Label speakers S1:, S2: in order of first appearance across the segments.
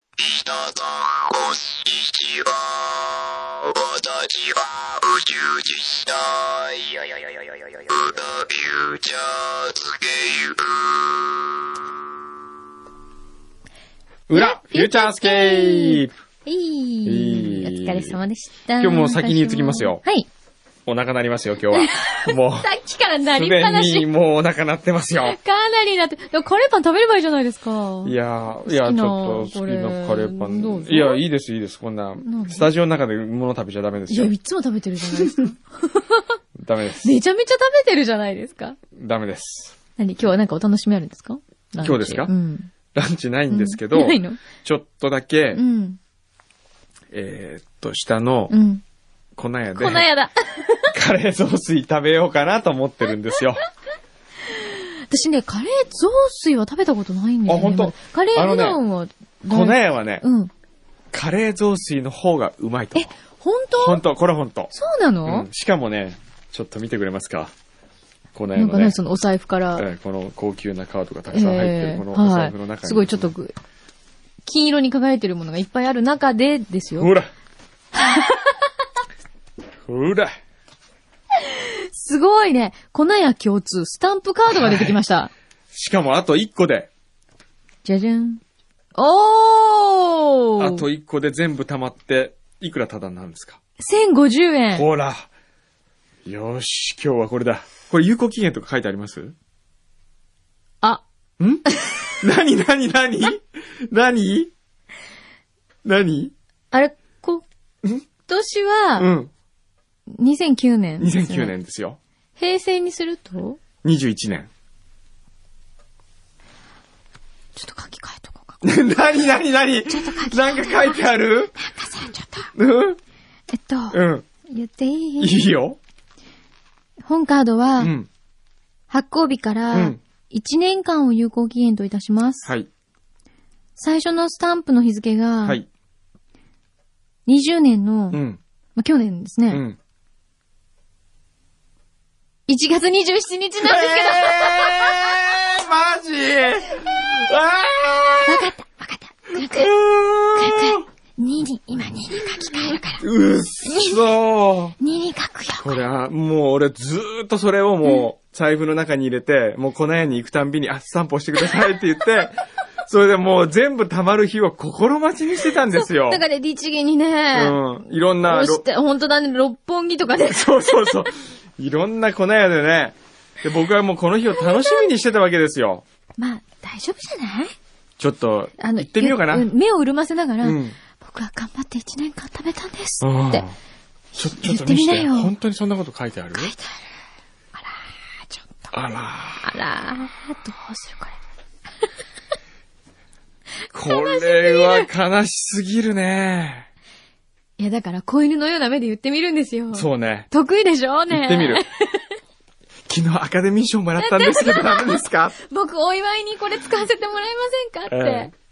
S1: 皆さん、こんにちは。私は宇宙実際、The Futurescape。
S2: 裏、フューチャースケープ
S3: いい。お
S2: いい
S3: 疲れ様でした。
S2: 今日もう先に言っときますよ
S3: はい。
S2: お腹なりますよ、今日は。 もう、
S3: さっきからな
S2: す
S3: りっぱな
S2: でに
S3: し。
S2: もうお腹なってます よ。
S3: かなりなって。でもカレーパン食べればいいじゃないですか。
S2: いやー、いや、
S3: 好き
S2: ち
S3: な
S2: ょっと好きなカレーパ
S3: これどう
S2: ン。
S3: ぞ
S2: いや、いいです、いいです。こんな
S3: なん、で
S2: スタジオの中で物食べちゃダメです
S3: いや、
S2: よ。
S3: いつも食べてるじゃない ですか。
S2: ダメです。
S3: めちゃめちゃ食べてるじゃないですか。
S2: ダメです。
S3: 何今日はなんかお楽しみあるんですかランチ
S2: 今日ですか
S3: うん。
S2: ランチないんですけど、
S3: ないの
S2: ちょっとだけ、
S3: うん。
S2: えーっと、下の
S3: うん。
S2: 粉屋で
S3: 粉、屋だ。
S2: カレー雑炊食べようかなと思ってるんです よ。
S3: 私ね、カレー雑炊は食べたことないんですよ、
S2: あ
S3: ね。
S2: ほんと
S3: カレーうどんは、
S2: 粉屋はね、
S3: うん。
S2: カレー雑炊の方がうまいと思う。
S3: 本当
S2: 本当これ本当
S3: そうな
S2: う
S3: の、
S2: ん、しかもね、ちょっと見てくれますか。この
S3: な
S2: 辺
S3: んか
S2: の
S3: ね、
S2: ね、
S3: そのお財布から。
S2: えーこの高級なカードがたくさん入って
S3: え
S2: る、
S3: え
S2: このお
S3: は
S2: 財
S3: い
S2: 布の中に。
S3: すごいちょっとぐ、金色に輝いてるものがいっぱいある中でです
S2: ほ
S3: よ。
S2: らほら
S3: すごいね。粉屋共通、スタンプカードが出てきました。
S2: しかもあと1個で、
S3: じゃじゃん。おー
S2: あと1個で全部溜まって、いくらただになるんですか
S3: !1050 円。
S2: ほらよし、今日はこれだ。これ有効期限とか書いてありますん
S3: あ、
S2: 何何何何何
S3: あれ、こ、今年
S2: う
S3: は、
S2: ん。
S3: 2009年、
S2: 2009。年ですよ。
S3: 平成にすると
S2: 21年。
S3: ちょっと書き換えとこうか。
S2: 何何何なんか書いてある
S3: 忘れちゃった。
S2: うん
S3: えっと、
S2: うん。
S3: 言ってい
S2: い
S3: い
S2: いよ。
S3: 本カード
S2: う
S3: は、
S2: ん。
S3: 発行日か
S2: う
S3: ら
S2: ん、
S3: 1年間を有効期限といたします。
S2: はい。
S3: 最初のスタンプの日付が
S2: は、い。
S3: 20年の、
S2: うん。
S3: まあ、去年ですね、
S2: うん。
S3: 1月27日なんですけど、
S2: えー、マジわかった、わかった。
S3: 2に、今2に書き換えるから、
S2: うっそー。
S3: 2に書くよ。
S2: これは、もう俺ずーっとそれをもう、財布の中に入れて、もう粉屋に行くたんびに、あ、散歩してくださいって言って、それでもう全部溜まる日を心待ちにしてたんですよ
S3: だ。からね、律儀にね、
S2: うん。いろんな
S3: 押
S2: ろ、
S3: して、本当だね、六本木とかね、
S2: そうそうそう。いろんな粉屋でね。で、僕はもうこの日を楽しみにしてたわけですよ。
S3: まあ、大丈夫じゃない
S2: ちょっと、
S3: あの、
S2: 行ってみようかな。
S3: ん目を潤ませながら、
S2: うん
S3: 僕は頑張って1年間食べたんです
S2: ああ
S3: って。
S2: ちょ、ちょ
S3: 言
S2: っ
S3: っ
S2: と
S3: て
S2: 見
S3: み
S2: し
S3: な
S2: て。
S3: よ
S2: 本当にそんなこと書いてある
S3: 書いてある。あらー、ちょっと。
S2: あら
S3: あらー、どうするこれ。
S2: これは悲しすぎるね。
S3: いや、だから、子犬のような目で言ってみるんですよ。
S2: そうね。
S3: 得意でしょうね。
S2: 行ってみる。昨日アカデミー賞もらったんですけど、ダメです か
S3: 僕お祝いにこれ使わせてもらえませんかって、
S2: ええ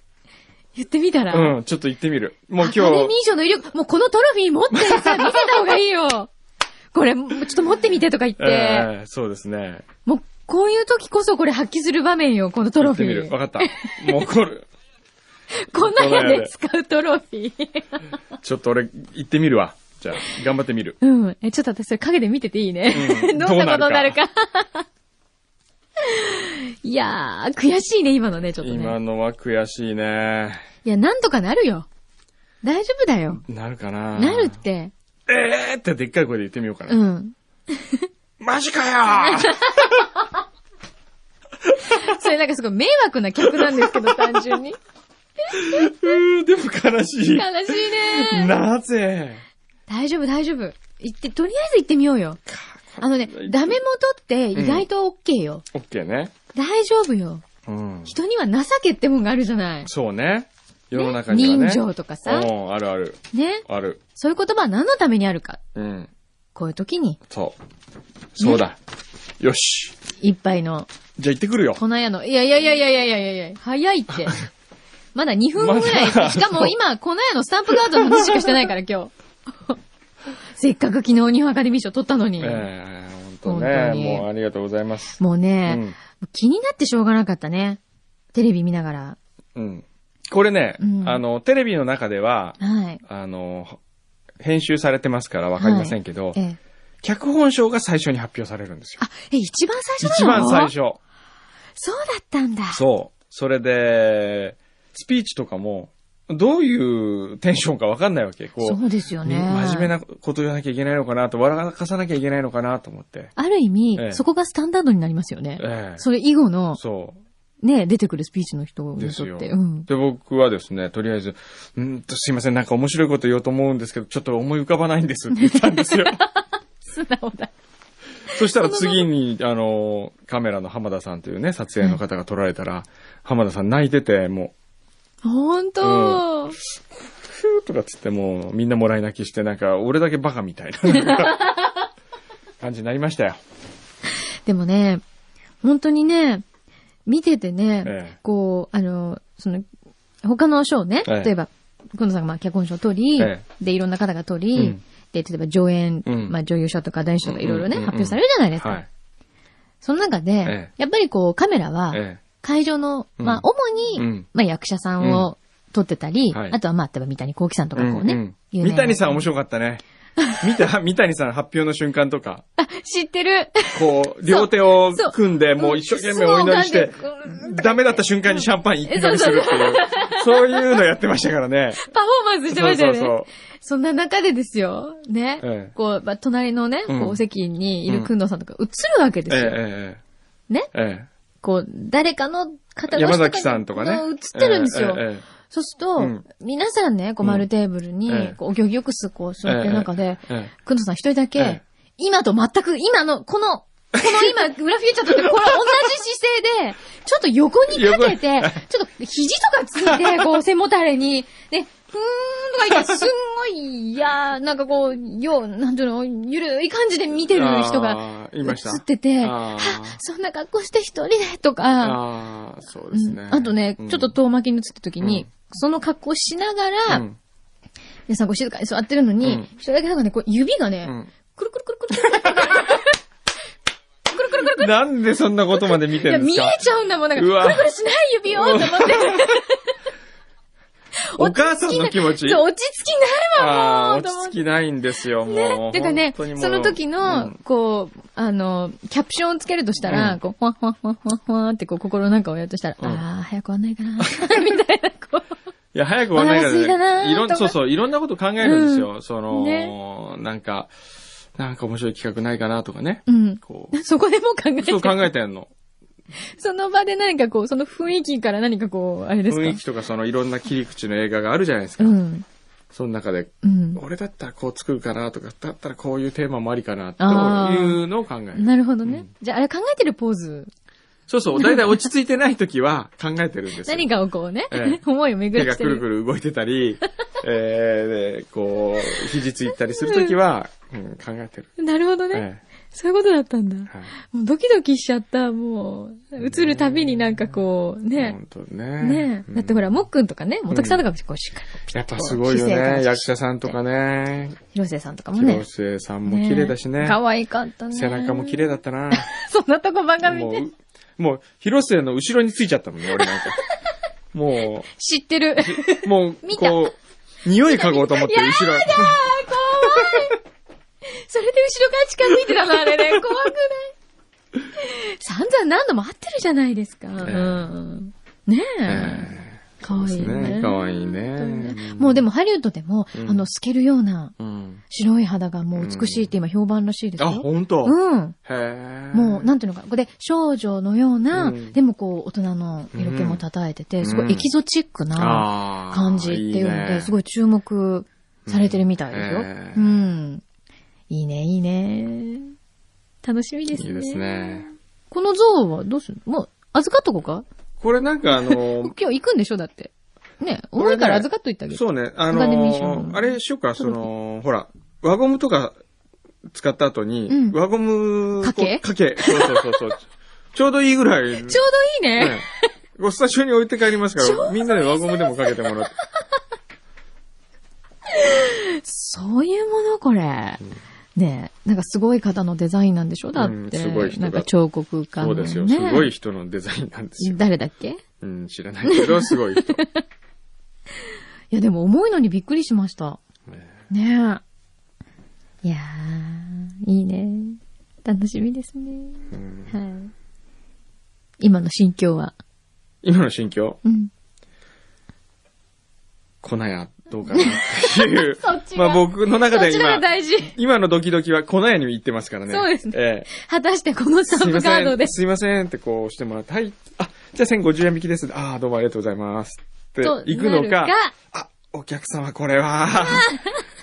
S3: 言ってみたら、
S2: うん、ちょっと行ってみる。もう
S3: アカ
S2: 今
S3: デ
S2: 日
S3: ミ、ー賞の威力、もうこのトロフィー持ってさ、見せた方がい いよ。これ、もうちょっと持ってみてとか言って、
S2: ええそうですね。
S3: もうこういう時こそこれ発揮する場面よ、このトロフィ
S2: 行ってみる。
S3: ー。
S2: わかった。もうこれ、
S3: こんなやで使うトロフィー。
S2: ちょっと俺、行ってみるわ。じゃあ、頑張ってみる。
S3: うん。え、ちょっと私それ影で見てていいね。
S2: うん
S3: どんなことになる
S2: ど
S3: か。いやー、悔しいね、今のね、ちょっと
S2: 今
S3: ね。
S2: のは悔しいね。
S3: いや、なんとかなるよ。大丈夫だよ。
S2: なるかな
S3: なるって。
S2: えーってでっかい声で言ってみようかな。
S3: うん。
S2: マジか よー
S3: それなんかすごい迷惑な客なんですけど、単 純に。
S2: うーでも悲しい
S3: 悲。しい ね。
S2: なぜ
S3: 大丈夫、大丈夫。行って、とりあえず行ってみようよ。あのね、ダメ元って意外と OK よ。
S2: オッケーね。
S3: 大丈夫よ。
S2: うん。
S3: 人には情けってもんがあるじゃない。
S2: そうね。世の中にはね。
S3: 人情とかさ。
S2: うん、あるある。
S3: ね。
S2: ある。
S3: そういう言葉は何のためにあるか。
S2: うん。
S3: こういう時に、
S2: そう。そうだ。よし。
S3: 一杯の
S2: じゃあ行ってくるよ。
S3: 粉屋の、いやいやいやいやいやいやいやいや、早 いって。まだ2分ぐらい
S2: まだ
S3: で、しかも今、粉屋のスタンプカードの話しかしてないから、今日。 せっかく昨日日本アカデミー賞取ったのに。
S2: ええー、ほんと
S3: 本
S2: ね。
S3: 当に
S2: もうありがとうございます。
S3: もう
S2: う
S3: ね、
S2: ん。
S3: 気になってしょうがなかったね。テレビ見ながら。
S2: うん。これね、
S3: うん
S2: あの、テレビの中では、
S3: はい。
S2: あの、編集されてますからわかりませんけど、
S3: ええ。
S2: 脚本賞が最初に発表されるんですよ。
S3: あ、え、一番最初
S2: 一
S3: なの
S2: 番最。初。
S3: そうだったんだ。
S2: そう。それで、スピーチとかも、どういうテンションかわかんないわけ。こう、
S3: そうですよね。
S2: 真面目なこと言わなきゃいけないのかなと、笑かさなきゃいけないのかなと思って。
S3: ある意味、
S2: ええ
S3: そこがスタンダードになりますよね。
S2: ええ
S3: それ以後の、
S2: そう。
S3: ね、出てくるスピーチの人に
S2: です
S3: と
S2: よ。
S3: って。うん。
S2: で、僕はですね、とりあえず、うーんと、すいません、なんか面白いこと言おうと思うんですけど、ちょっと思い浮かばないんですって言ったんですよ。
S3: 素直だ。
S2: そしたら次に、あの、カメラの浜田さんというね、撮影の方が撮られたら、浜田さん泣いてて、も
S3: ほん
S2: う、
S3: と、
S2: ふーとかっつって、もう、みんなもらい泣きして、なんか、俺だけバカみたいな感じになりましたよ。
S3: でもね、本当にね、見ててね、
S2: ええ
S3: こう、あの、その、他の賞ね、
S2: ええ
S3: 例えば、くのさんがまあ脚本賞を取り、
S2: え
S3: で、いろんな方が取り、
S2: うん
S3: で、例えば上演、
S2: うん
S3: まあ女優賞とか男優賞とかいろいろね、
S2: うんうんうんうん
S3: 発表されるじゃないですか。
S2: はい。
S3: その中で、
S2: ええ
S3: やっぱりこうカメラは、
S2: え
S3: 会場の、
S2: うん
S3: まあ、主に、
S2: うん
S3: まあ、役者さんを撮ってたり、
S2: はい
S3: あとは、まあ、例えば、三谷幸喜さんと
S2: え。
S3: かこうね、
S2: うんうん
S3: 有名
S2: 三
S3: な
S2: 谷さん面白かった ね。見た、三谷さん発表の瞬間とか。
S3: 知ってる
S2: こう、両手を
S3: そう
S2: 組んで、もう一生懸命お祈りして
S3: スノーガンでうん、
S2: ダメだった瞬間にシャンパン一気飲みするっていう、そういうのやってました からね。
S3: パフォーマンスしてましたよね。
S2: そうそうそう
S3: そんな中でですよ、ね、
S2: ええ
S3: こう、まあ、隣のね、
S2: うん
S3: こう、お席にいるくんどうさんとか映るわけで
S2: え
S3: す
S2: え
S3: よ。ね
S2: ええええ
S3: こう、誰かの方
S2: 山崎さんとかね。
S3: 映ってるんですよ。
S2: ええええ
S3: そうすると、
S2: うん
S3: 皆さんね、こう、丸テーブルに、
S2: うんええ
S3: こう、お行儀よくす、こう、座ってる中で、
S2: ええええ
S3: くんどさん一人だけ、
S2: ええ
S3: 今と全く、今の、この、この今、 裏フューチャーとって、これ同じ姿勢で、ちょっと横にかけて
S2: 横、
S3: ちょっと肘とかついて、 こう、背もたれに、ね、ふーんとか言って、すんごい、いやー、なんかこう、よう、なんていうの、ゆるい感じで見てる人が、
S2: あー
S3: 映
S2: いました。
S3: ってて、
S2: あ
S3: は
S2: ー
S3: そんな格好して一人で、とか、
S2: あー、そうですね
S3: う。んあとね、
S2: うん
S3: ちょっと遠巻きに映った時に、
S2: うん
S3: その格好しながら、
S2: うん
S3: 皆さんご静かに座ってるのに、
S2: うん
S3: 一人だけなんかね、こう指がね、
S2: うん
S3: くるくるくるくるくる。
S2: なんでそんなことまで見
S3: い
S2: て
S3: や、
S2: るんで
S3: 見
S2: す
S3: え
S2: か
S3: ちゃうんだもん。なん
S2: う
S3: か、
S2: わ
S3: くるくるしない指をと思って。
S2: お母さんの気持ち。
S3: そう、落ち着きにな
S2: あ
S3: るわ、も
S2: あ
S3: う
S2: ー、
S3: と
S2: 落
S3: 思っ
S2: ち着
S3: て。
S2: きないんですよ、もう。
S3: てかね
S2: 本当に、もう
S3: その時の、
S2: うん
S3: こう、あの、キャプションをつけるとしたら、
S2: うん
S3: こう、ほわほわほわほわほわってこう、心の中をやるとしたら、
S2: うん
S3: あー、早く終わんないか な、みたいな、こ
S2: いや、早く終わらないから、
S3: お腹空いたなー
S2: いろん
S3: とか
S2: そうそう、いろんなこと考えるんですよ。その、
S3: ね
S2: なんか、なんか面白い企画ないかなとかね。
S3: う。うん。
S2: こ
S3: そこでもう考え
S2: う、
S3: て
S2: そう
S3: る。
S2: 考えてんの。
S3: その場で何かこう、その雰囲気から何かこう、あれ ですか
S2: 雰囲気とかそのいろんな切り口の映画があるじゃないですか。
S3: うん。
S2: その中で、
S3: うん。
S2: 俺だったらこう作るかなとか、だったらこういうテーマもありかな、
S3: あ
S2: と
S3: ー
S2: いうのを考える。
S3: なるほどね。
S2: うん
S3: じゃあ、あれ考えてるポーズ、
S2: そうそう、だいたい落ち着いてない時は考えてるん ですよ。
S3: 何かをこうね、
S2: ええ
S3: 思いを
S2: 手
S3: 巡ら
S2: が
S3: して
S2: くる
S3: る。
S2: くる動いてた り、えー、でこう、肘ついたりするときは、うん、考えてる。
S3: なるほどね、
S2: え
S3: そういうことだったんだ。
S2: えはい
S3: もうドキドキしちゃった、もう。映るたびになんかこう、ね。
S2: 本当ね。
S3: ね
S2: うん
S3: だってほら、もっくんとかね、もとくさんとかもこうしっかり、
S2: やっぱすごいよ
S3: 姿勢が
S2: ね。役者さんとかね。
S3: 広瀬さんとかもね
S2: 広。瀬さんも綺麗だしね。
S3: 可愛かったね。
S2: 背中も綺麗だったな。
S3: そんなとこばっか見
S2: も
S3: て。
S2: う、もう、広瀬の後ろについちゃったもんね、俺 なんか。も
S3: 知ってる。
S2: う、もう
S3: 見、た
S2: こう、匂い嗅ごうと思って、後ろ。
S3: それで後ろから近づいてたの、あ れね。怖くない散々何度も会ってるじゃないですか。うん。ねえ。
S2: え
S3: かわいい
S2: えね
S3: ね。
S2: 可愛いね
S3: 本当にね。もうでもハリウッドでも、
S2: うん
S3: あの、透けるような
S2: えうん。
S3: 白い肌がもう美しいって今評判らしいです
S2: あ、
S3: よ。
S2: ほんと
S3: うん。
S2: へえ。
S3: もう、なんていうのか、で、少女のような、
S2: うん
S3: でもこう、大人の色気も叩いてて、
S2: うん
S3: すごいエキゾチックな
S2: あー
S3: 感じっていうので、すご
S2: い
S3: い注目されてるみたいですよ。
S2: う
S3: うん
S2: へ
S3: ん
S2: ー。
S3: いいね、いいね。楽しみです
S2: ね。
S3: ね。
S2: いいですね。
S3: この像はどうするもう、預かっとこうか
S2: これなんかあ の、
S3: 今日行くんでしょだって。ね、重いから預かっといてあげる。
S2: そうね。あ
S3: アカデミー賞
S2: のー
S3: の
S2: あれしようか、その、ほら、輪ゴムとか使った後に、
S3: うん
S2: 輪ゴム、
S3: かけ
S2: こうかけ。そうそうそう そう。ちょうどいいぐらい。
S3: ちょうどいいね。
S2: ね。ごスタジオに置いて帰ります
S3: ち
S2: か
S3: ょうどい
S2: ら、みんなで輪ゴムでもかけてもらって。
S3: そういうものこれ。ねえ、なんかすごい方のデザインなんでしょだっ
S2: うん
S3: て。
S2: すごい人が
S3: なんか彫刻家
S2: そ
S3: の、
S2: う
S3: ね。
S2: ですよ。すごい人のデザインなんですよ。
S3: 誰だっけ
S2: うん、知らないけど、すごい人。
S3: いや、でも重いのにびっくりしました。ねえ。いやー、いいね。楽しみですね。
S2: うん
S3: はい。今の心境は。
S2: 今の心境
S3: うん。
S2: 粉屋、どうかなっていう。
S3: そっち
S2: ま
S3: が
S2: あ僕の中
S3: そ
S2: で
S3: っちの
S2: 今
S3: が、大事。
S2: 今のドキドキは粉屋に行ってますからね。
S3: そうですね
S2: ええ
S3: 果たしてこのスタ
S2: すい
S3: ンプ
S2: ま
S3: カー
S2: せ
S3: ドで
S2: ん、。すいませんってこうしてもらって、はい、あ、じゃあ1050円引きです。ああ、どうもありがとうございます。って
S3: と
S2: 行くのか
S3: なる、
S2: あ、お客様これは、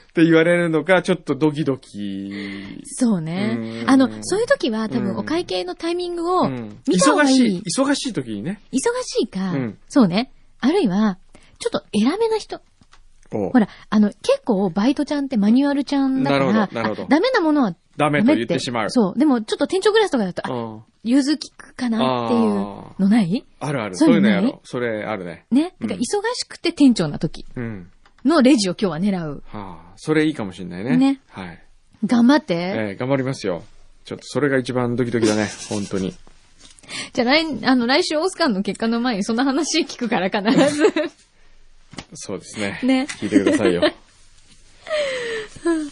S2: って言われるのか、ちょっとドキドキ。
S3: そうね
S2: う。ん
S3: あの、そういう時は多
S2: う
S3: 分
S2: ん
S3: お会計のタイミング
S2: う
S3: を
S2: ん
S3: 見た方
S2: 忙
S3: がい
S2: し
S3: い
S2: い、。忙しい時にね。
S3: 忙しいか、
S2: うん
S3: そうね。あるいは、ちょっと偉めな人。
S2: おう
S3: ほら、あの、結構バイトちゃんってマニュアルちゃんだから、
S2: なるほどなるほど
S3: あダメなものは
S2: ダ
S3: ダ
S2: メ
S3: メっ
S2: と
S3: て
S2: 言ってしまう。
S3: そう。でも、ちょっと店長クラスとかだと、
S2: う
S3: あ、
S2: ん。
S3: 融通聞くかなっていうのない
S2: あるある。
S3: そう
S2: そ
S3: いうう
S2: い
S3: の
S2: うの
S3: ない
S2: やろ。それあるね。
S3: ね。
S2: う
S3: なんんか忙しくて店長な時
S2: うん。
S3: のレジを今日は狙う。
S2: はあ、それいいかもしれないね。
S3: ね
S2: はい。
S3: 頑張って。
S2: ええ、頑張りますよ。ちょっとそれが一番ドキドキだ ね。本当に。
S3: じゃあ来、あの、来週オスカンの結果の前にその話聞くから 必ず。
S2: そうですね。
S3: ね
S2: 聞いてくださ いよ。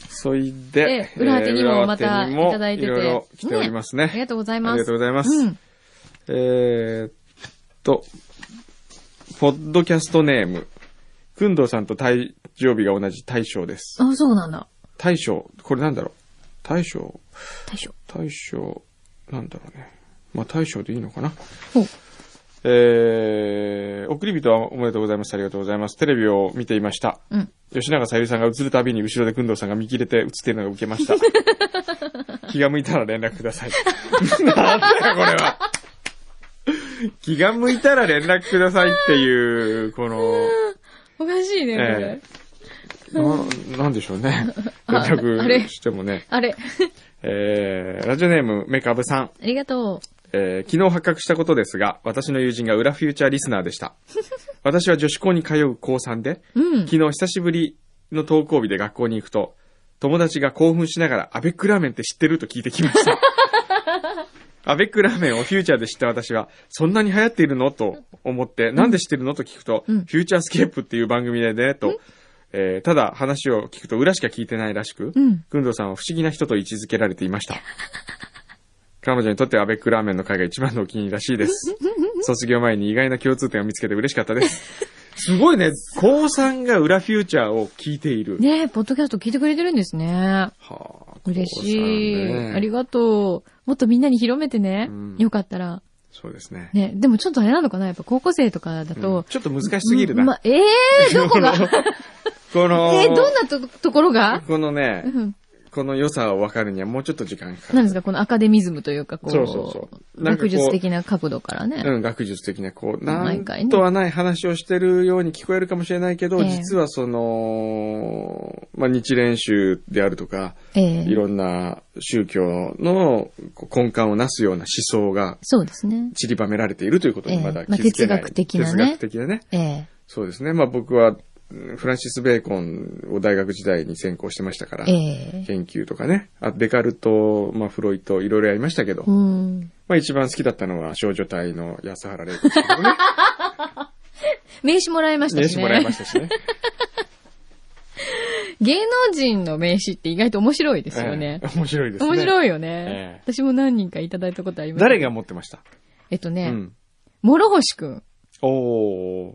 S2: そいで
S3: で、裏当てにも
S2: えー
S3: また
S2: 裏当てにも
S3: いただいてて
S2: ろいろ来ておりますね。
S3: ありがとうございます。
S2: ありがとうございます
S3: うん。
S2: えーっと、ポッドキャストネーム。くんどうさんと誕生日が同じ大将です。
S3: あ、そうなんだ。
S2: 大将、これなんだろう大将、
S3: 大将。
S2: 大将、なんだろうね。まあ大将でいいのかな
S3: ほう。
S2: えー、送り人はおめでとうございます。ありがとうございます。テレビを見ていました。
S3: うん。
S2: 吉永小百合さんが映るたびに後ろで工藤さんが見切れて映ってるのが受けました。気が向いたら連絡ください。なんだよ、これは。気が向いたら連絡くださいっていう、この、
S3: おかしいね、これ
S2: え。えな、なんでしょうね。連
S3: ああれ
S2: 絡してもね。
S3: あれ。
S2: えー、ラジオネーム、メカブさん。
S3: ありがと
S2: えー昨日発覚したことですが、私の友人が裏フューチャーリスナーで した。私は女子校に通う高3で、
S3: う。うん。
S2: 昨日久しぶりの登校日で学校に行くと、友達が興奮しながら、アベックラーメンって知ってると聞いてきま した。アベックラーメンをフューチャーで知った私は、そんなに流行っているのと思って、なんで知ってるのと聞くと、
S3: うん
S2: フューチャースケープっていう番組でね、と、えーただ話を聞くと裏しか聞いてないらしく、
S3: うん。
S2: くんどうさんは不思議な人と位置づけられていました。彼女にとってはアベックラーメンの会が一番のお気に入りらしい です。卒業前に意外な共通点を見つけて嬉しかったです。 すごいね、高3が裏フューチャーを聞いている。
S3: ねえ、ポッドキャスト聞いてくれてるんですね。
S2: はあ
S3: 嬉しい。あり
S2: が
S3: がとう。もっとみんなに広めてね。
S2: うん
S3: よかったら。
S2: そうですね。
S3: ね、でもちょっとあれなのかなやっぱ高校生とかだ
S2: うん
S3: と。
S2: ちょっと難しすぎるな。
S3: ま、ええ ー、どこが
S2: この、
S3: えー、どんなとところが
S2: このね
S3: う、ん。
S2: この良さを分かるにはもうちょっと時間かかる。
S3: 何ですかこのアカデミズムというか、こう。
S2: そうそうそうなんかこ
S3: 学
S2: う
S3: 術的な角度からね。
S2: うん、学術的な、こう、な
S3: 毎
S2: ん
S3: 回ね
S2: とはない話をしてるように聞こえるかもしれないけど、
S3: ええ
S2: 実はその、まあ、日練習であるとか、
S3: ええ
S2: いろんな宗教のこう根幹をなすような思想が
S3: そうですね。
S2: 散りばめられているということにまだ
S3: ええまあ
S2: 気づけない、
S3: 哲学的なね
S2: 哲学的なね。
S3: ええ
S2: そうですね。まあ、僕は、うんフランシス・ベーコンを大学時代に専攻してましたから、
S3: ええ
S2: 研究とかね、あデカルト、まあ、フロイト、いろいろやりましたけど、
S3: うん。
S2: まあ、一番好きだったのは少女隊の安原玲子さんのね。
S3: 名刺もらいましたしね。
S2: 名刺もらいましたしね。
S3: 芸能人の名刺って意外と面白いですよね
S2: え。え面白いですね。
S3: 面
S2: い。
S3: 白いよね
S2: え。
S3: 私も何人かいただいたことあります。
S2: 誰が持ってました
S3: えっと
S2: う
S3: ね、
S2: ん。
S3: 諸星くん。
S2: おー。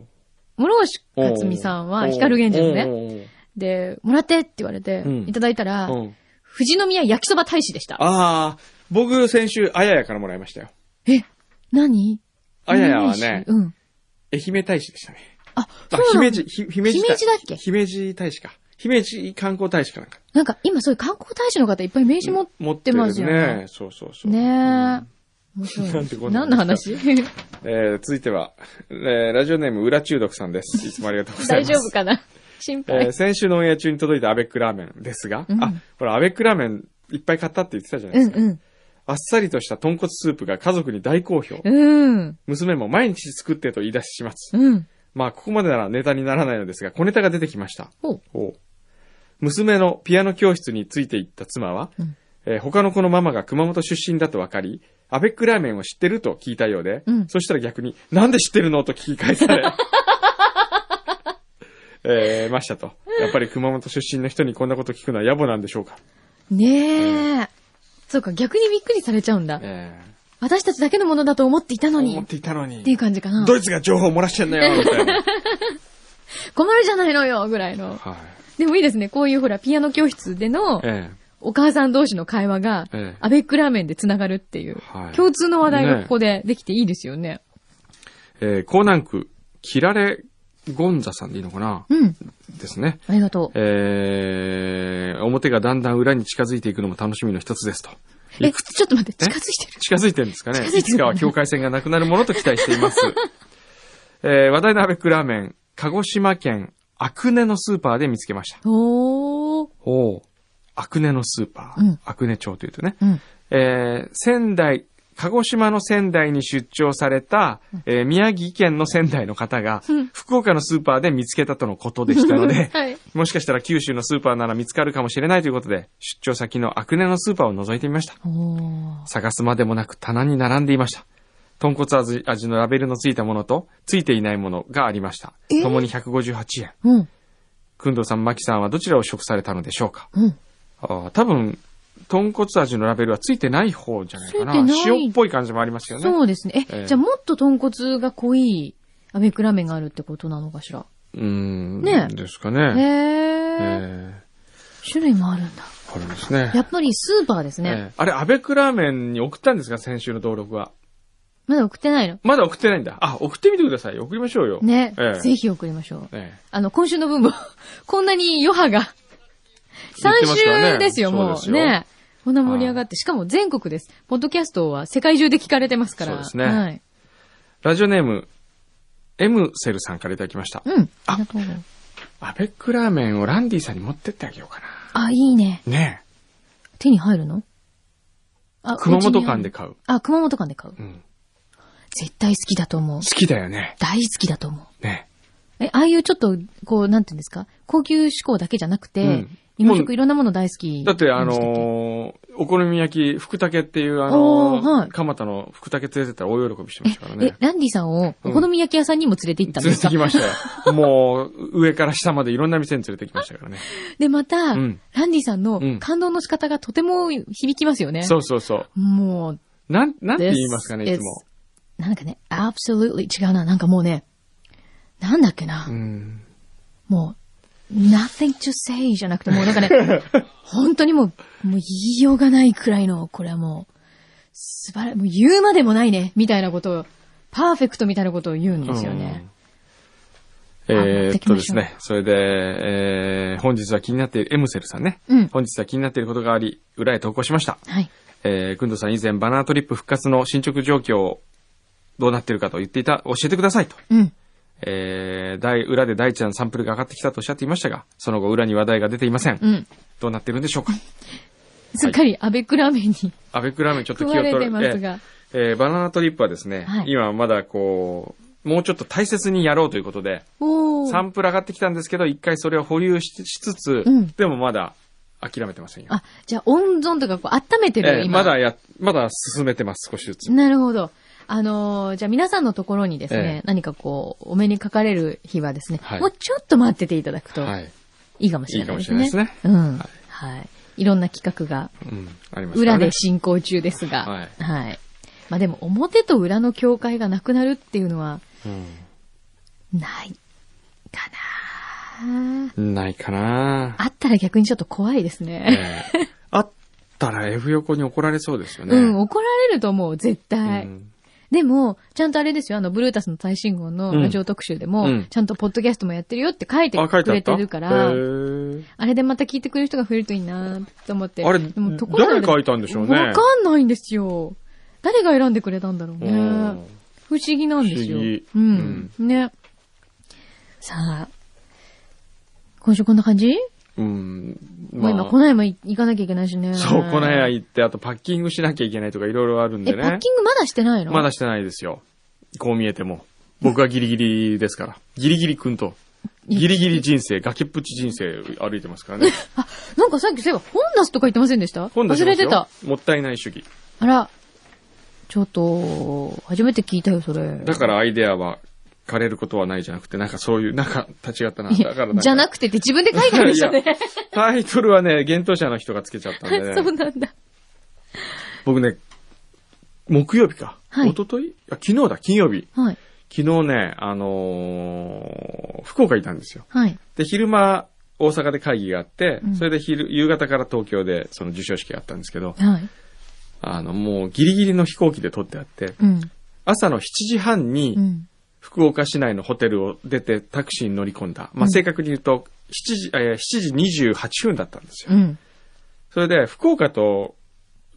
S3: 諸星
S2: おー
S3: 克美さんは光源氏のね。
S2: ね。
S3: で、もらってって言われて
S2: う、ん
S3: いただいたら、
S2: うん。
S3: 富士宮焼きそば大使でした。
S2: ああ、僕先週、あややからもらいましたよ。
S3: え、何
S2: あややはね、
S3: うん。
S2: 愛媛大使でしたね。あ
S3: あ、そ、う
S2: 姫
S3: なんだ。
S2: 路、ひ姫路
S3: 姫路だっけ
S2: 姫路大使か。姫路観光大使かなんか。
S3: なんか今そういう観光大使の方いっぱい名刺持ってますよ
S2: 持ってる
S3: ね。
S2: そうそうそう。
S3: ねえ。
S2: うん
S3: 面白い。
S2: なんてことな
S3: 何
S2: ん
S3: の
S2: で
S3: 話
S2: えー続いては、えーラジオネーム、裏中毒さん です。いつもありがとうござい
S3: 大
S2: ます。
S3: 丈夫かな心
S2: え
S3: 配
S2: ー。先週のオンエア中に届いたアベックラーメンですが、
S3: うん
S2: あ、ほら、アベックラーメンいっぱい買ったって言ってたじゃないうです
S3: ん
S2: か。
S3: うん。
S2: あっさりとした豚骨スープが家族に大好評。
S3: うん。
S2: 娘も毎日作ってと言い出します。
S3: うん。
S2: まあ、ここまでならネタにならないのですが、小ネタが出てきました。
S3: ほう。
S2: ほう娘のピアノ教室についていった妻は、
S3: うん
S2: えー他の子のママが熊本出身だと分かり、アベックラーメンを知ってると聞いたようで、
S3: うん
S2: そしたら逆に、なんで知ってるのと聞き返され、 えーましたと。やっぱり熊本出身の人にこんなこと聞くのは野暮なんでしょうか。
S3: ねえ。そうか、逆にびっくりされちゃうんだ。
S2: え
S3: 私たちだけのものだと思っていた
S2: ー
S3: のに。
S2: 思っ
S3: って
S2: いたのに
S3: てい。う感じかな。
S2: ドイツが情報を漏らしてんのよ、みたいな。
S3: 困るじゃないのよ、ぐらいの。
S2: はい。
S3: でもいいですね。こういうほら、ピアノ教室での
S2: え
S3: お母さん同士の会話が
S2: ええ、
S3: アベックラーメンで繋がるっていう
S2: は、い
S3: 共通の話題が
S2: ね
S3: ここでできていいですよね。
S2: ええー江南区、キラレゴンザさんでいいのかな
S3: うん。
S2: ですね。
S3: ありがとう。
S2: えー、表がだんだん裏に近づいていくのも楽しみの一つですと。
S3: え、
S2: いくつ
S3: ちょっと待って、
S2: え
S3: 近づいてる。
S2: 近づいてるんですかね。
S3: 近づいてる
S2: いつかは境界線がなくなるものと期待してい ます。えー、話題のアベックラーメン、鹿児島県アクネのスーパーで見つけました。
S3: おー。
S2: おアクネのスーパー。
S3: うん
S2: アクネ町というとね。
S3: うん。
S2: えー、仙台、鹿児島の仙台に出張された、えー宮城県の仙台の方が
S3: うん、
S2: 福岡のスーパーで見つけたとのことでしたの で、
S3: はい。
S2: もしかしたら九州のスーパーなら見つかるかもしれないということで、出張先のアクネのスーパーを覗いてみました。
S3: おー。
S2: 探すまでもなく棚に並んでいました。豚骨味味のラベルのついたものと、ついていないものがありました。
S3: え
S2: ともに158円。
S3: うん。
S2: くんどうさん、まきさんはどちらを食されたのでしょうか
S3: うん。
S2: あー多分、豚骨味のラベルはついてない方じゃないかな。
S3: ついてない
S2: 塩っぽい感じもありますよね。
S3: そうですね。
S2: え
S3: え、
S2: え
S3: じゃあもっと豚骨が濃いアベックラーメンがあるってことなのかしら。
S2: うーん。
S3: ね
S2: ですか
S3: へ
S2: ね。え
S3: ー。
S2: ー
S3: 種類もあるんだ。
S2: これですね。
S3: やっぱりスーパーですね。
S2: えーあれ、アベクラーメンに送ったんですか先週の登録は。
S3: まだ送ってないの。
S2: まだ送ってないんだ。あ、送ってみてください。送りましょうよ。
S3: ね
S2: ええ。
S3: ぜひ送りましょう。
S2: ええ
S3: あの、今週の分も、 こんなに余波が。
S2: 言って
S3: 3
S2: ますからね
S3: 週ですよ、も。
S2: そううですよ
S3: ね。こんな盛り上がって。しかも全国です。ポッドキャストは世界中で聞かれてますから。
S2: そうですね
S3: はい。
S2: ラジオネーム、エムセルさんからいただきました。
S3: うん。ありがとう。
S2: アベックラーメンをランディさんに持ってってあげようか
S3: あ、いいね。
S2: な。ね
S3: 手に入るのあ
S2: え。熊本
S3: 館
S2: 館で。買う。
S3: あ、熊本館で買う
S2: う。ん。
S3: 絶対好きだと思う
S2: 好。きだよね。
S3: 大好きだと思う。
S2: ね
S3: え、ああいうちょっと、こう、なんていうんですか高級志向だけじゃなくて、
S2: うん
S3: 今
S2: もう
S3: 結構いろんなもの大好き。
S2: えだって、あの
S3: ー、
S2: ーお好み焼き、福竹っていう、あ
S3: お
S2: の
S3: ーはい
S2: 蒲田の福竹連れてったら大喜びしてましたから
S3: え
S2: ね、。
S3: ランディさんをお好み焼き屋さんにも連れて行ったん
S2: 連
S3: で
S2: れ
S3: す
S2: て
S3: か、
S2: きましたよ。 もう、上から下までいろんな店に連れてきましたからね。
S3: で、また、
S2: うん
S3: ランディさんの
S2: うん
S3: 感動の仕方がとても響きますよね。
S2: そうそうそう。
S3: もう、
S2: なん、なんて
S3: This
S2: 言いますかね、いつも。
S3: is- なんかね、absolutely 違うな。なんかもうね、なんだっけな。
S2: うん。
S3: もう、nothing to say じゃなくて、もうなんか ね、本当にもう、もう言いようがないくらいの、これはもう、素晴らもう言うまでもないね、みたいなことを、パーフェクトみたいなことを言うんですよね。
S2: うん。え
S3: あ持っ
S2: ー、
S3: て
S2: っ
S3: き
S2: と
S3: ま
S2: で
S3: し
S2: す
S3: ょう
S2: ね、それで、えー、本日は気になっている、エムセルさんね。
S3: うん
S2: 本日は気になっていることがあり、裏へ投稿しました。
S3: はい。
S2: えー、くんどさん以前、バナートリップ復活の進捗状況をどうなっているかと言っていた、教えてくださいと。
S3: うん。
S2: えー、大、裏で大ちゃんサンプルが上がってきたとおっしゃっていましたが、その後裏に話題が出ていません。
S3: うん。
S2: どうなっているんでしょうか。
S3: すっかり、アベクラーメンに。
S2: アベックラーメンちょっと気を
S3: 食われ
S2: 取ら
S3: てますが
S2: えーえーバナナトリップはですね、
S3: はい
S2: 今まだこう、もうちょっと大切にやろうということで、
S3: おー
S2: サンプル上がってきたんですけど、一回それを保留ししつつ、
S3: うん
S2: でもまだ諦めてませんよ。
S3: あ、じゃあ温存とかこう温めてる、
S2: えー
S3: 今。
S2: まだや、まだ進めてます、少しずつ。
S3: なるほど。あのーじゃあ皆さんのところにですね
S2: ええ、
S3: 何かこう、お目にかかれる日はですね、
S2: はい
S3: もうちょっと待ってていただくと
S2: はい。
S3: いいかもしれないですね。
S2: いいかもしれないです
S3: うん。はい。いろんな企画が
S2: うん、ありますから
S3: 裏
S2: ね
S3: で進行中ですが、
S2: は
S3: はい。まあでも表と裏の境界がなくなるっていうのはないかな
S2: うんないかな
S3: あったら逆にちょっと怖いですね。
S2: えーあったら F 横に怒られそうですよね。
S3: うん、怒られると思う、絶対。
S2: うん
S3: でも、ちゃんとあれですよ、あの、ブルータスの最新号
S2: う
S3: の
S2: ん
S3: ラジオ特集でも、
S2: うん
S3: ちゃんとポッドキャストもやってるよって書いて
S2: あ、書い
S3: く
S2: てあ
S3: れ
S2: った
S3: てるから、あ
S2: へー
S3: れでまた聞いてくれる人が増えるといいなと思って。
S2: あれ、
S3: でもところが
S2: 誰書いたんでしょうね。
S3: わかんないんですよ。誰が選んでくれたんだろうね
S2: うん。
S3: 不思議なんですよ。
S2: 不思議
S3: うん。ね。さあ、今週こんな感じ、
S2: うん。
S3: もう今、この山行かなきゃいけないしね。
S2: そう、この部屋行って、あとパッキングしなきゃいけないとかいろいろあるん
S3: え、
S2: で
S3: パ
S2: ね。
S3: ッキングまだしてないの
S2: まだしてないですよ。こう見えても。僕はギリギリですから。ギリギリくんと。ギリギリ人生、崖っぷち人生歩いてますからね。
S3: あ、なんかさっきそういえば、本出すとか言ってませんでした
S2: 今度し
S3: 忘
S2: ま
S3: れ
S2: すよ
S3: てた。。
S2: もったいない主義。
S3: あら。ちょっと、初めて聞いたよ、それ。
S2: だからアイデアは、枯れることはないじゃなくて、なんかそういう、なんか立ち上がったな。
S3: い
S2: だから
S3: やじゃな
S2: く
S3: くてって自分で書いたん でしょね。
S2: タイトルはね、幻冬者の人がつけちゃったんで、
S3: そ
S2: ね、
S3: うなんだ。
S2: 僕ね、木曜日か。
S3: はい
S2: 一昨日あ昨日だ、金曜日。
S3: はい。
S2: 昨日ね、あのー福岡いたんですよ。
S3: はい。
S2: で、昼間、大阪で会議があって、
S3: うん
S2: それで昼、夕方から東京でその授賞式があったんですけど、
S3: はい。
S2: あの、もうギリギリの飛行機で撮ってあって、
S3: うん。
S2: 朝の7時半
S3: う
S2: に
S3: ん。
S2: 福岡市内のホテルを出てタクシーに乗り込んだ。ま
S3: う
S2: あ、
S3: ん
S2: 正確に言うと、7時、えー7時28分だったんですよ。
S3: うん。
S2: それで、福岡と、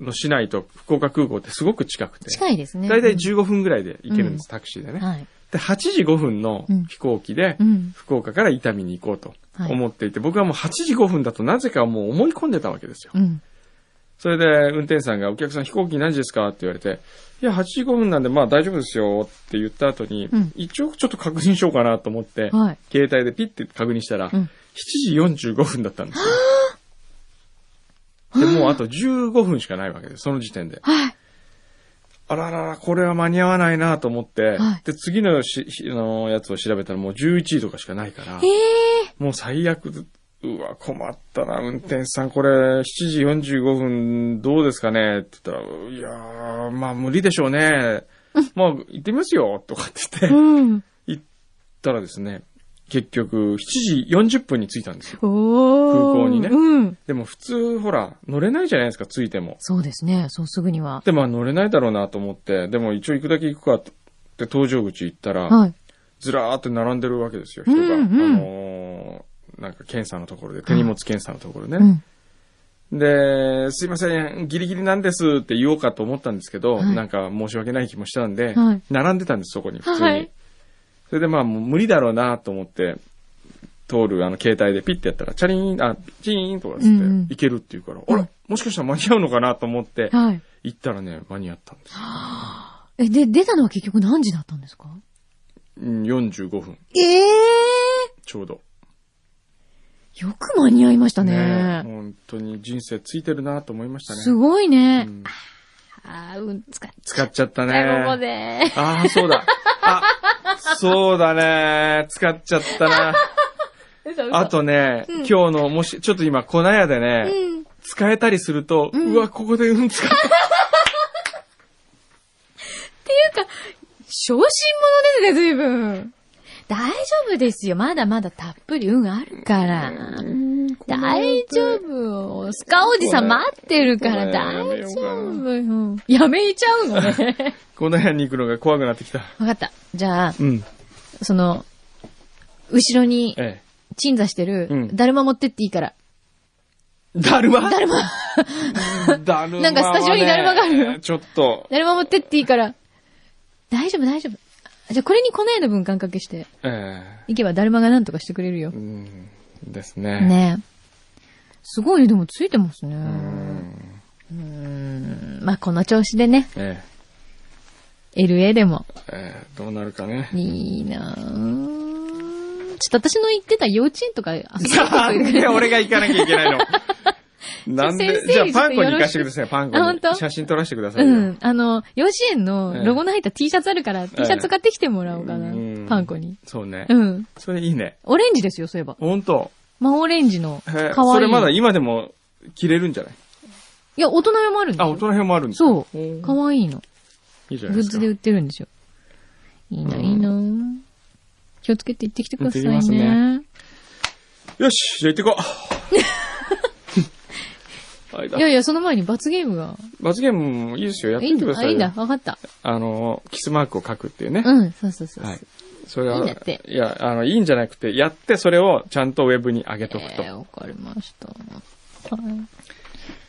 S2: の市内と福岡空港ってすごく近くて、
S3: 近いですね。
S2: だいたい
S3: 十
S2: 15分ぐらいで行けるんです、タクシーでね。
S3: はい。
S2: で、8時5分の飛行機で
S3: う、ん。
S2: 福岡から伊丹に行こうと
S3: はい
S2: 思っていて、僕はもう8時5分だとなぜかもう思い込んでたわけですよ。
S3: うん。
S2: それで運転手さんが、お客さん飛行機何時ですかって言われて、いや、8時5分なんで、まあ大丈夫ですよって言った後に、
S3: うん
S2: 一応ちょっと確認しようかなと思って、
S3: はい。
S2: 携帯でピッて確認したら、
S3: うん
S2: 7時45分だったんです よ。で、もうあと15分しかないわけです、その時点で。
S3: はい。
S2: あららら、これは間に合わないなと思って、
S3: はい
S2: で、次のしあのやつを調べたらもう11時とかしかないから
S3: え、え
S2: もう最悪、うわ、困ったな、運転手さん、これ、7時45分、どうですかねって言ったら、いやー、まあ無理でしょうね。まあ、行ってみますよ、とかって言って、
S3: ー。うん。
S2: 行ったらですね、結局、7時40分に着いたんですよ。
S3: おー。
S2: 空港にね
S3: うん。
S2: でも普通、ほら、乗れないじゃないですか、着いても。
S3: そうですね。そうすぐには。
S2: で、まあ乗れないだろうなと思って、でも一応行くだけ行くかって、搭乗口行ったら、
S3: はい。
S2: ずらーって並んでるわけですよ、人が。
S3: うんうん
S2: あのーなんか検査のところで、手荷物検査のところね。
S3: うん。
S2: で、すいません、ギリギリなんですって言おうかと思ったんですけど、
S3: はい
S2: なんか申し訳ない気もしたんで、
S3: はい
S2: 並んでたんです、そこに、普通に。
S3: はい
S2: それでまあ、もう無理だろうなと思って、通るあの携帯でピッてやったら、チャリーン、あ、チーンとかっつって、
S3: うんうん
S2: いけるって言うから、あら、もしかしたら間に合うのかなと思って、
S3: はい。
S2: 行ったらね、間に合ったんです。
S3: え、で、出たのは結局何時だったんですか
S2: うん45分、
S3: ええ
S2: ちょうど。
S3: ー。よく間に合いましたね。
S2: 本当に人生ついてるなと思いましたね。
S3: すごいね。
S2: うん
S3: あー、うん、使っ
S2: 使っちゃったね。
S3: たここで。
S2: ああ、そうだ。あ、そうだね。使っちゃったな。あとね、
S3: うん
S2: 今日の、もし、ちょっと今、粉屋で
S3: う
S2: ね、
S3: ん。
S2: 使えたりすると、
S3: ん
S2: うわ、ここでうん使った。
S3: 昇進者ですね、随分。大丈夫ですよ。まだまだたっぷり運あるから。大丈夫。スカおじさん待ってるから
S2: これやめ
S3: 大
S2: よう
S3: 丈
S2: かな
S3: 夫よ。やめちゃうのね。
S2: 粉屋に行くのが怖くなってきた。
S3: わかった。じゃあ、
S2: うん。
S3: その、後ろに
S2: ええ。
S3: 鎮座して
S2: う
S3: る
S2: ん、
S3: だるま持ってっていいから。
S2: だるま
S3: だるま、
S2: だるまはね。
S3: なんかスタジオにだるまがあるよ
S2: ちょっと、
S3: だるま持ってっていいから。大丈夫、大丈夫。じゃあこれにこの絵の分間かけして、
S2: え
S3: いけばだるまがなんとかしてくれるよ
S2: え。。うん。ですね。
S3: ねえ。すごいね、でもついてますね。
S2: うん。
S3: うん。まあ、この調子でね、
S2: え
S3: LA でも
S2: え。ええ、どうなるかね。
S3: いいなぁちょっと私の行ってた幼稚園とか、あそういうとこ
S2: な
S3: 行
S2: ん
S3: く
S2: で俺が行かなきゃいけないのなんで、
S3: 先
S2: じゃあ
S3: 生にちょっと
S2: パンコに行かせてください、パンコ
S3: あ本
S2: に。
S3: 当
S2: 写真撮らせてくださいよ。
S3: うん。あの、幼稚園のロゴの入った T シャツあるから、T シャツ買ってきてもらおうかな
S2: うん。
S3: パンコに。
S2: そうね。
S3: うん。
S2: それいいね。
S3: オレンジですよ、そういえば。
S2: ほんと。
S3: 真オレンジの、
S2: へ
S3: か
S2: え
S3: わいい。
S2: それまだ今でも着れるんじゃない
S3: いや、大人用もあるんです
S2: あ、
S3: よ。
S2: 大人編もあるんです
S3: そ
S2: おー
S3: う。かわいいの。
S2: いいじゃない
S3: グッ
S2: です
S3: ズ
S2: か。
S3: で売ってるんですよ。いいな、
S2: うん
S3: いいな気をつけて行ってきてください
S2: 行ってき
S3: ね。
S2: よし、じゃあ行ってこう。はいだ
S3: いやいや、その前に罰ゲームが。
S2: 罰ゲームもいいですよ。やっ
S3: い
S2: て
S3: いん
S2: みてく
S3: だ、
S2: だ
S3: あ
S2: さい
S3: い
S2: よ。
S3: いんだ、わかった。
S2: あの、キスマークを書くっていうね。
S3: うん、そうそうそうそう。
S2: はい。それは、
S3: いいんだって
S2: や、あの、いいんじゃなくて、やってそれをちゃんとウェブに上げとくと。
S3: えー、わかりました。はい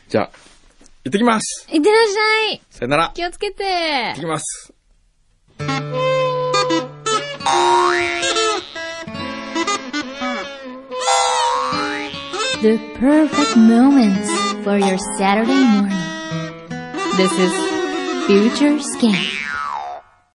S2: じゃあ、行ってきます
S3: いってらっしゃい
S2: さよなら。
S3: 気をつけて
S2: 行ってきます。
S3: !The perfect moments for your Saturday morning.This is Future Scan.